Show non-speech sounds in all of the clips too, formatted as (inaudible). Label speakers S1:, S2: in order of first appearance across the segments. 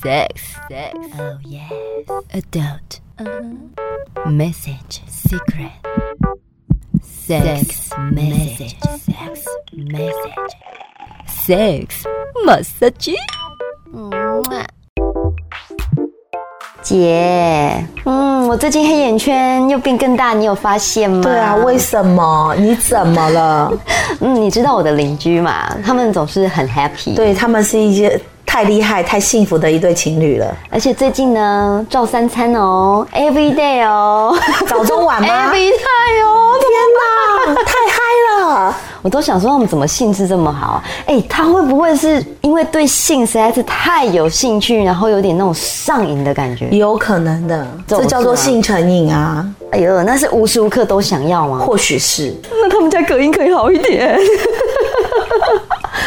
S1: Sex, sex, oh yes. Uh-huh. Adult, message, secret. Sex, message, sex, message. Sex, massage.
S2: 姐，嗯，我最近黑眼圈又变更大，你有发现吗？
S3: 对啊，为什么？你怎么 (laughs) 了？
S2: 嗯，你知道我的邻居嘛？他们总是很 happy。，
S3: 对他们是一些太厉害、太幸福的一对情侣 (laughs) 了。
S2: 而且最近呢，照三餐哦，every day 哦，
S3: 早中晚吗？
S2: ，every day 哦，
S3: 天哪，太嗨了！
S2: 我都想说他们怎么兴致这么好啊？哎、他会不会是因为对性实在是太有兴趣，然后有点那种上瘾的感觉？
S3: 有可能的，
S2: 这我
S3: 这叫做
S2: 知道
S3: 性成瘾啊，
S2: 哎呦，那是无时无刻都想要吗？
S3: 或许是
S2: (laughs) 那他们家隔音可以
S1: Oh,
S2: 好一点。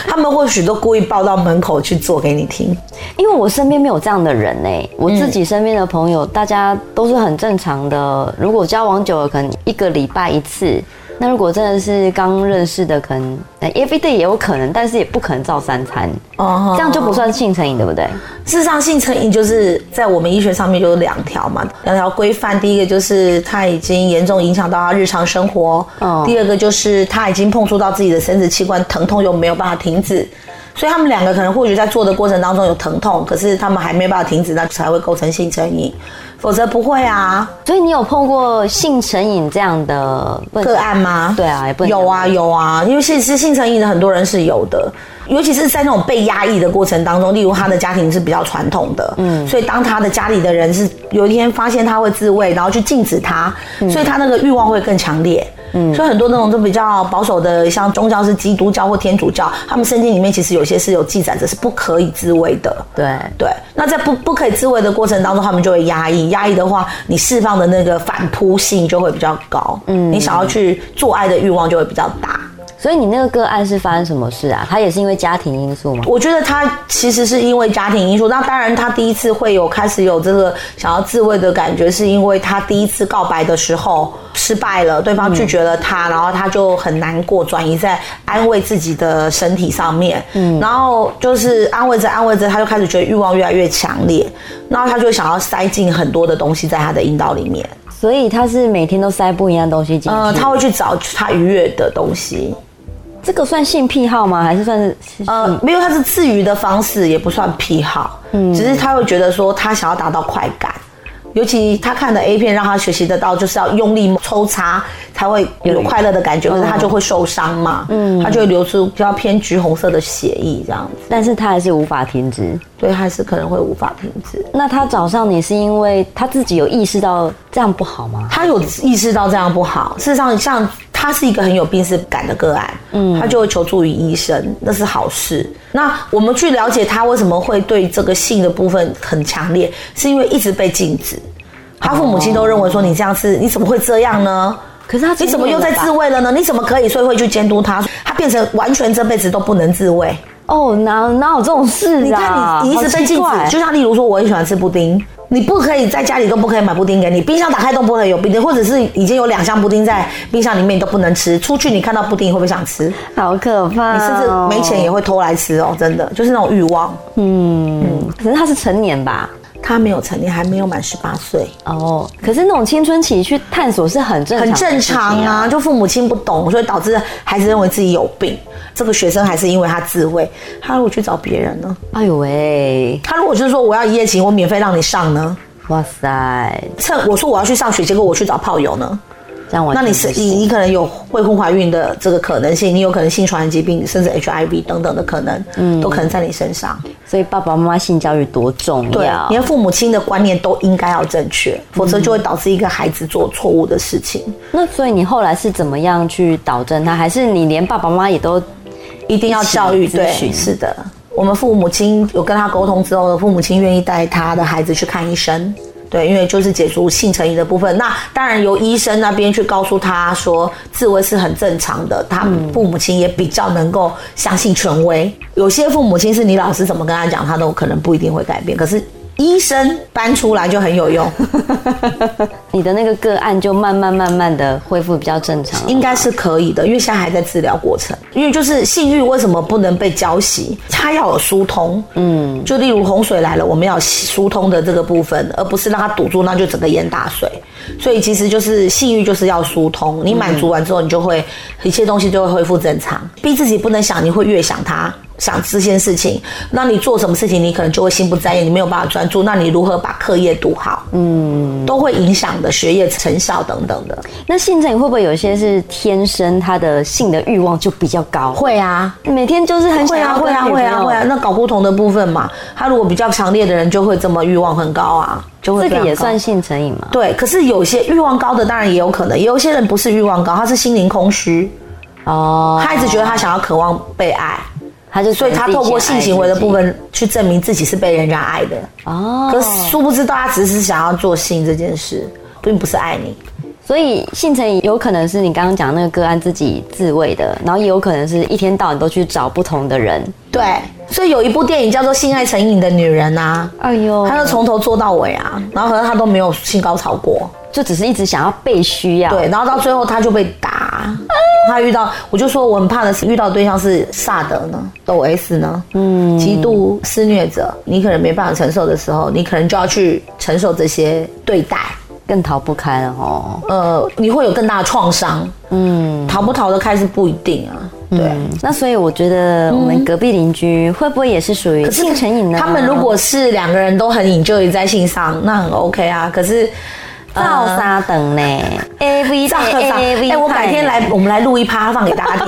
S3: 他们或许都故意抱到门口去做给你听。
S2: 因为我身边没有这样的人哎、我自
S3: 嗯
S2: 己身边的朋友，大家都是很正常的。如果交往久了，可能一个礼拜一次。那如果真的是刚认识的，可能呃 every day 也有可能，但是也不可能照三餐，
S3: 哦
S2: 这样就不算性成瘾，对不对？
S3: 事实上，性成瘾就是在我们医学上面就有两条嘛，两条规范。第一个就是它已经严重影响到他日常生活，
S2: 哦
S3: 第二个就是他已经碰触到自己的生殖器官，疼痛又没有办法停止。所以他们两个可能或许在做的过程当中有疼痛，可是他们还没办法停止，那才会构成性成瘾，否则不会啊。
S2: 所以你有碰过性成瘾这样的不能
S3: 个案吗？
S2: 对啊，也不能
S3: 有啊有啊，因为其实性成瘾的很多人是有的，尤其是在那种被压抑的过程当中，例如他的家庭是比较传统的，嗯，所以当他的家里的人是有一天发现他会自慰，然后去禁止他，所以他那个欲望会更强烈。嗯，所以很多那种都比较保守的，像宗教是基督教或天主教，他们圣经里面其实有些是有记载着是不可以自慰的。
S2: 对。
S3: 对，那在不不可以自慰的过程当中，他们就会压抑，压抑的话，你释放的那个反扑性就会比较高，嗯，你想要去做爱的欲望就会比较大。
S2: 所以你那个个案是发生什么事啊？他也是因为家庭因素吗？
S3: 我觉得他其实是因为家庭因素，那当然他第一次会有开始有这个想要自慰的感觉，是因为他第一次告白的时候失败了，对方拒绝了他，然后他就很难过，转移在安慰自己的身体上面，嗯，然后就是安慰着安慰着，他就开始觉得欲望越来越强烈，然后他就想要塞进很多的东西在他的阴道里面，
S2: 所以他是每天都塞不一样的东西进去。
S3: 嗯、他会去找他愉悦的东西，
S2: 这个算性癖好吗？还是算是是
S3: 呃，没有，他是自娱的方式，也不算癖好，只是他会觉得说他想要达到快感，尤其他看的 A 片让他学习得到，就是要用力抽插才会有快乐的感觉，可是他就会受伤嘛，嗯，他就会流出比较偏橘红色的血液这样子，
S2: 但是他还是无法停止。
S3: 对，还是可能会无法停止。
S2: 那他找上你是因为他自己有意识到这样不好吗？
S3: 他有意识到这样不好，事实上，像他是一个很有病耻感的个案，嗯，他就会求助于医生，那是好事。那我们去了解他为什么会对这个性的部分很强烈，是因为一直被禁止。他父母亲都认为说你这样是，你怎么会这样呢？
S2: 可是他
S3: 你怎么又在自慰了呢？你怎么可以？所以会去监督他，他变成完全这辈子都不能自慰。
S2: 哦，哪哪有这种事
S3: 你
S2: 啊？
S3: 看你，你一直被禁
S2: 好奇怪
S3: 止，就像例如说，我很喜欢吃布丁，你不可以在家里都不可以买布丁给你，冰箱打开都不可以有布丁，或者是已经有两箱布丁在冰箱里面你都不能吃，出去你看到布丁你会不会想吃？你
S2: 好可怕、哦
S3: 甚至没钱也？会偷来吃哦，真的就是那种欲望。
S2: 嗯，可是他是成年吧？
S3: 他没有成年，还没有满十八岁，
S2: 哦，可是那种青春期去探索是很正常、
S3: 很正常。啊。就父母亲不懂，所以导致孩子认为自己有病。这个学生还是因为他自慰，他如果去找别人呢？
S2: 哎呦喂，
S3: 他如果就是说我要一夜情，我免费让你上呢？
S2: 哇塞，
S3: 趁我说我要去上学，结果我去找炮友呢？
S2: 这样我
S3: 那你是你你可能有未婚怀孕的这个可能性，你有可能性传染疾病，甚至 HIV 等等的可能，嗯，都可能在你身上。
S2: 所以爸爸妈妈性教育多重
S3: 对
S2: 要，
S3: 你？的父母亲的观念都应该要正确，否则就会导致一个孩子做错误的事情。
S2: 那所以你后来是怎么样去导正他？还是你连爸爸妈妈也都
S3: 一定要教育，
S2: 一起咨
S3: 对，
S2: 询
S3: 是的。我们父母亲有跟他沟通之后，父母亲愿意带他的孩子去看医生，对，因为就是解除性成瘾的部分。那当然由医生那边去告诉他说，自慰是很正常的，他父母亲也比较能够相信权威。有些父母亲是你老师怎么跟他讲，他都可能不一定会改变，可是。医生搬出来就很有用，
S2: 你的那个个案就慢慢慢慢的恢复比较正常了？
S3: 应该是可以的，因为现在还在治疗过程。因为就是性欲为什么不能被浇熄？它要有疏通，嗯，就例如洪水来了，我们要有疏通的这个部分，而不是让它堵住，那就整个淹大水。所以其实就是性欲就是要疏通，你满足完之后，你就会一切东西就会恢复正常。逼自己不能想，你会越想它。想这件事情，那你做什么事情，你可能就会心不在焉，你没有办法专注。那你如何把课业读好？嗯，都会影响的学业成效等等的。
S2: 那性这里会不会有些是天生他的性的欲望就比较高？
S3: 会啊，
S2: 每天就是很想
S3: 会啊，
S2: 要
S3: 会
S2: 跟
S3: 啊，
S2: 女朋
S3: 会啊，
S2: 友
S3: 会啊。那搞不同的部分嘛，他如果比较强烈的人，就会这么欲望很高啊，就
S2: 这
S3: 会非
S2: 个
S3: 常
S2: 也
S3: 高
S2: 算性成瘾吗？
S3: 对。可是有些欲望高的，当然也有可能，也有些人不是欲望高，他是心灵空虚，
S2: 哦，
S3: 他一直觉得他想要渴望被爱，
S2: 他就
S3: 所以他透过性行为的部
S2: 分
S3: 分去证明自己是被人家爱的。
S2: 哦，
S3: 可是殊不知，大家只是想要做性这件事，并不是爱你。
S2: 所以性成瘾有可能是你刚刚讲那个个案自己自慰的，然后也有可能是一天到晚都去找不同的人。
S3: 对，所以有一部电影叫做《性爱成瘾的女人》啊，
S2: 哎呦
S3: 她就从头做到尾啊，然后可能她都没有性高潮过，
S2: 就只是一直想要被需要。
S3: 对，然后到最后她就被打。她遇到，我就说我很怕的是遇到的对象是萨德呢、抖 S 呢，嗯，极度施虐者，你可能没办法承受的时候，你可能就要去承受这些对待，
S2: 更逃不开了哦。
S3: 呃，你会有更大的创伤，嗯，逃不逃得开是不一定啊，对。
S2: 嗯，那所以我觉得我们隔壁邻居会不会也是属于
S3: 可是
S2: 性成瘾呢？
S3: 他们如果是两个人都很引咎于在性上，那很 OK 啊。可是，
S2: 照沙等呢，A (laughs) V
S3: 照
S2: 派
S3: 上，
S2: A
S3: 哎、
S2: V
S3: 我改天来，我们来录一趴放给大家听。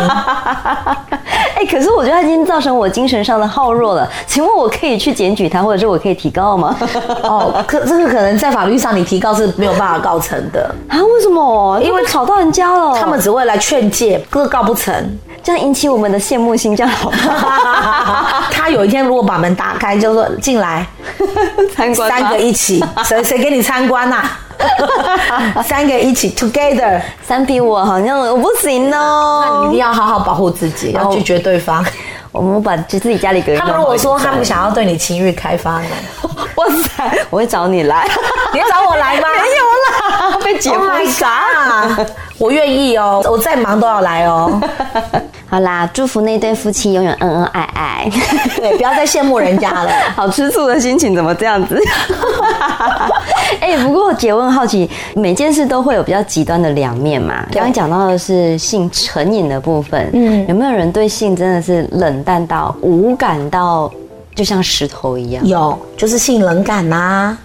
S2: (laughs) 哎，可是我觉得他已经造成我精神上的耗弱了。请问我可以去检举他，或者是我可以提告
S3: (laughs)
S2: 吗？
S3: 哦，可这个可能在法律上你提告是没有办法告成的，
S2: 啊，为什么？
S3: 因
S2: 因
S3: 为
S2: 为吵到人家了，
S3: 他们只会来劝诫，这个告不成。
S2: (laughs) 这样引起我们的羡慕心，这样好吗？
S3: (laughs) 他有一天如果把门打开，就说进来，
S2: 参观
S3: 三
S2: 吗
S3: 个一起，谁谁给你参观呐、
S2: (laughs)
S3: 啊？三个一起 together，
S2: 三比我好像我不行
S3: (laughs) 那你一
S2: 哦
S3: 定。要好好保护自己，要拒绝对方。
S2: 我们把自己家里隔音
S3: 他
S2: 弄
S3: 们
S2: 好
S3: 如果
S2: 一点
S3: 说他们想要对你情欲开发呢，
S2: 哇塞，我会找你来，
S3: 你要找我来吗？
S2: (laughs) 没有啦， (laughs) 被姐
S3: Oh
S2: 夫
S3: my god！我愿意哦，我再忙都要来
S2: (laughs)
S3: 哦。
S2: 好啦，祝福那对夫妻永远恩恩爱
S3: (laughs)
S2: 爱。
S3: 对，不要再羡慕人家了。
S2: 好吃醋的心情怎么这样
S3: (laughs)
S2: 子？哎、不过姐问好奇，每件事都会有比较极端的两面嘛。刚刚讲到的是性成瘾的部分，嗯，有没有人对性真的是冷淡到无感到，就像石头一样？
S3: 有，就是性冷感啊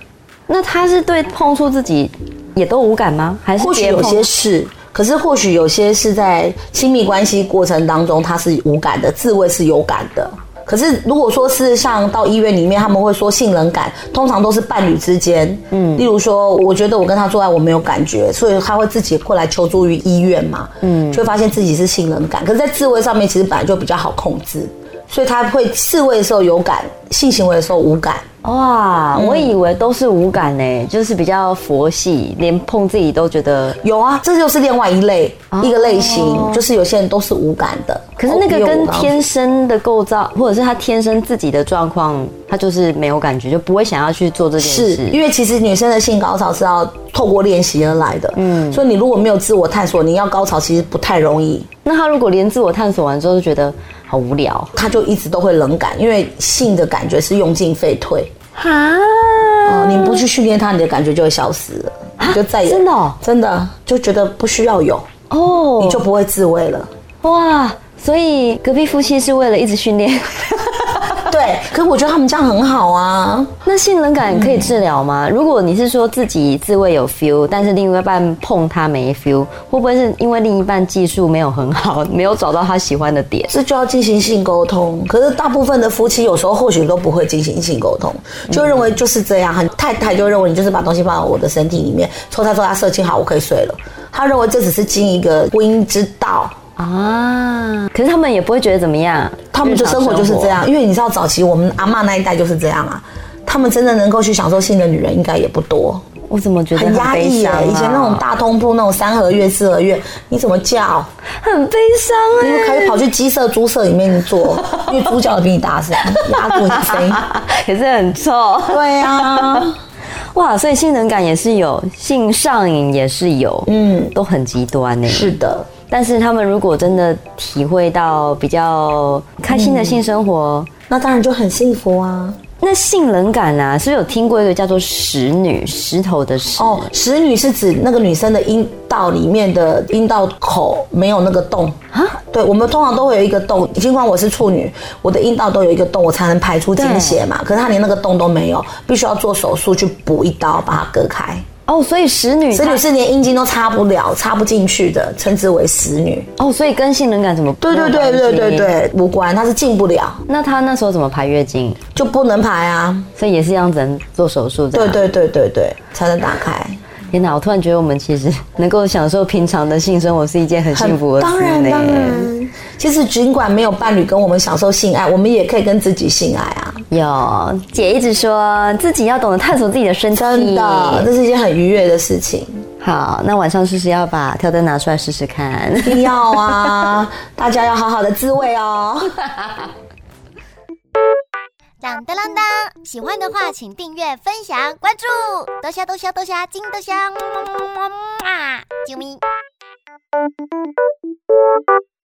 S3: 呐、
S2: 那他是对碰触自己也都无感吗？还是
S3: 或许
S2: 别
S3: 有
S2: 碰
S3: 些是，可是或许有些是在亲密关系过程当中，它是无感的，自慰是有感的。可是如果说是像到医院里面，他们会说性冷感，通常都是伴侣之间，嗯，例如说，我觉得我跟他做爱我没有感觉，所以他会自己过来求助于医院嘛，嗯，就会发现自己是性冷感。可是，在自慰上面其实本来就比较好控制，所以他会自慰的时候有感，性行为的时候无感。
S2: 哇，
S3: 嗯
S2: 我以为都是无感呢、欸就是比较佛系，连碰自己都觉得。
S3: 有啊，这就是另外一类、一个类型，就是有些人都是无感的。
S2: 哦可是那个
S3: 哦
S2: 跟，
S3: 也有
S2: 天生的构造，或者是他天生自己的状况，他就是没有感觉，就不会想要去做这件
S3: 是
S2: 事。
S3: 因为其实女生的性高潮是要透过练习而来的，嗯，所以你如果没有自我探索，你要高潮其实不太容易，
S2: 那他如果连自我探索完之后就觉得好无聊
S3: 她就一直都会冷感，因为性的感觉是用尽废退，
S2: 哈，
S3: 哦、你不去训练它，你的感觉就会消失了，你就再也
S2: 嗯真的哦
S3: 真的就觉得不需要有，
S2: 哦，
S3: 你就不会自慰了。
S2: 哇，所以隔壁夫妻是为了一直训练。 (laughs)
S3: 对，可是我觉得他们这样很好啊，
S2: 那性冷感可以治疗吗？如果你是说自己自慰有 feel，但是另外一半碰它没 feel，会不会是因为另一半技术没有很好，没有找到他喜欢的点？
S3: 这就要进行性沟通。可是大部分的夫妻有时候或许都不会进行性沟通，就认为就是这样。很太太就认为你就是把东西放到我的身体里面，抽插抽插射精啊好，我可以睡了。他认为这只是经一个婚姻之道，
S2: 啊，可是他们也不会觉得怎么样，
S3: 他们的生活就是这样。因为你知道，早期我们阿嬷那一代就是这样啊。他们真的能够去享受性的女人应该也不多，
S2: 日常生活。我怎么觉得
S3: 很压
S2: 悲
S3: 抑耶、
S2: 伤啊
S3: 以前那种大通铺、那种三合院、四合院，你怎么叫？
S2: 很悲伤
S3: 你
S2: (laughs) 哎、
S3: 可以跑去鸡舍、猪舍里面做，因为猪叫的比你大声，压住你的声音。
S2: 可是很臭
S3: 对啊， (laughs)
S2: 哇，所以性冷感也是有，性上瘾也是有，嗯，都很极端呢、
S3: 嗯是的，
S2: 但是他们如果真的体会到比较开心的性生活，
S3: 那当然就很幸福啊。
S2: 那性冷感啊，是不是有听过一个叫做石女，石头的石？
S3: 哦，使女是指那个女生的阴道里面的阴道口没有那个洞啊？对，我们通常都会有一个洞，尽管我是处女，我的阴道都有一个洞，我才能排出经血嘛。可是她连那个洞都没有，必须要做手术去补一刀把它割开。
S2: 哦，所以石女，
S3: 使女是连阴茎都插不了、插不进去的，称之为使女。
S2: 哦，所以跟性冷感怎么？
S3: 对对对对对。对，无关，她是进不了，
S2: 那她那时候怎么排月经？
S3: 就不能排啊。
S2: 所以也是这样子，能做手术这
S3: 对啊
S2: 样。
S3: 对对对对，才能打开。
S2: 天哪，我突然觉得我们其实能够享受平常的性生活是一件很幸福的事
S3: 当然
S2: 呢
S3: 当然，其实尽管没有伴侣跟我们享受性爱，我们也可以跟自己性爱啊。
S2: 有姐一直说自己要懂得探索自己的身体。
S3: 真的，这是一件很愉悦的事情。
S2: 好，那晚上是不是要把跳灯拿出来试试看？
S3: 一定要啊， (laughs) 大家要好好的自慰哦。
S4: 当当当当！喜欢的话，请订阅、分享、关注，多虾多虾多虾，金多虾，么么么么么啊！啾咪。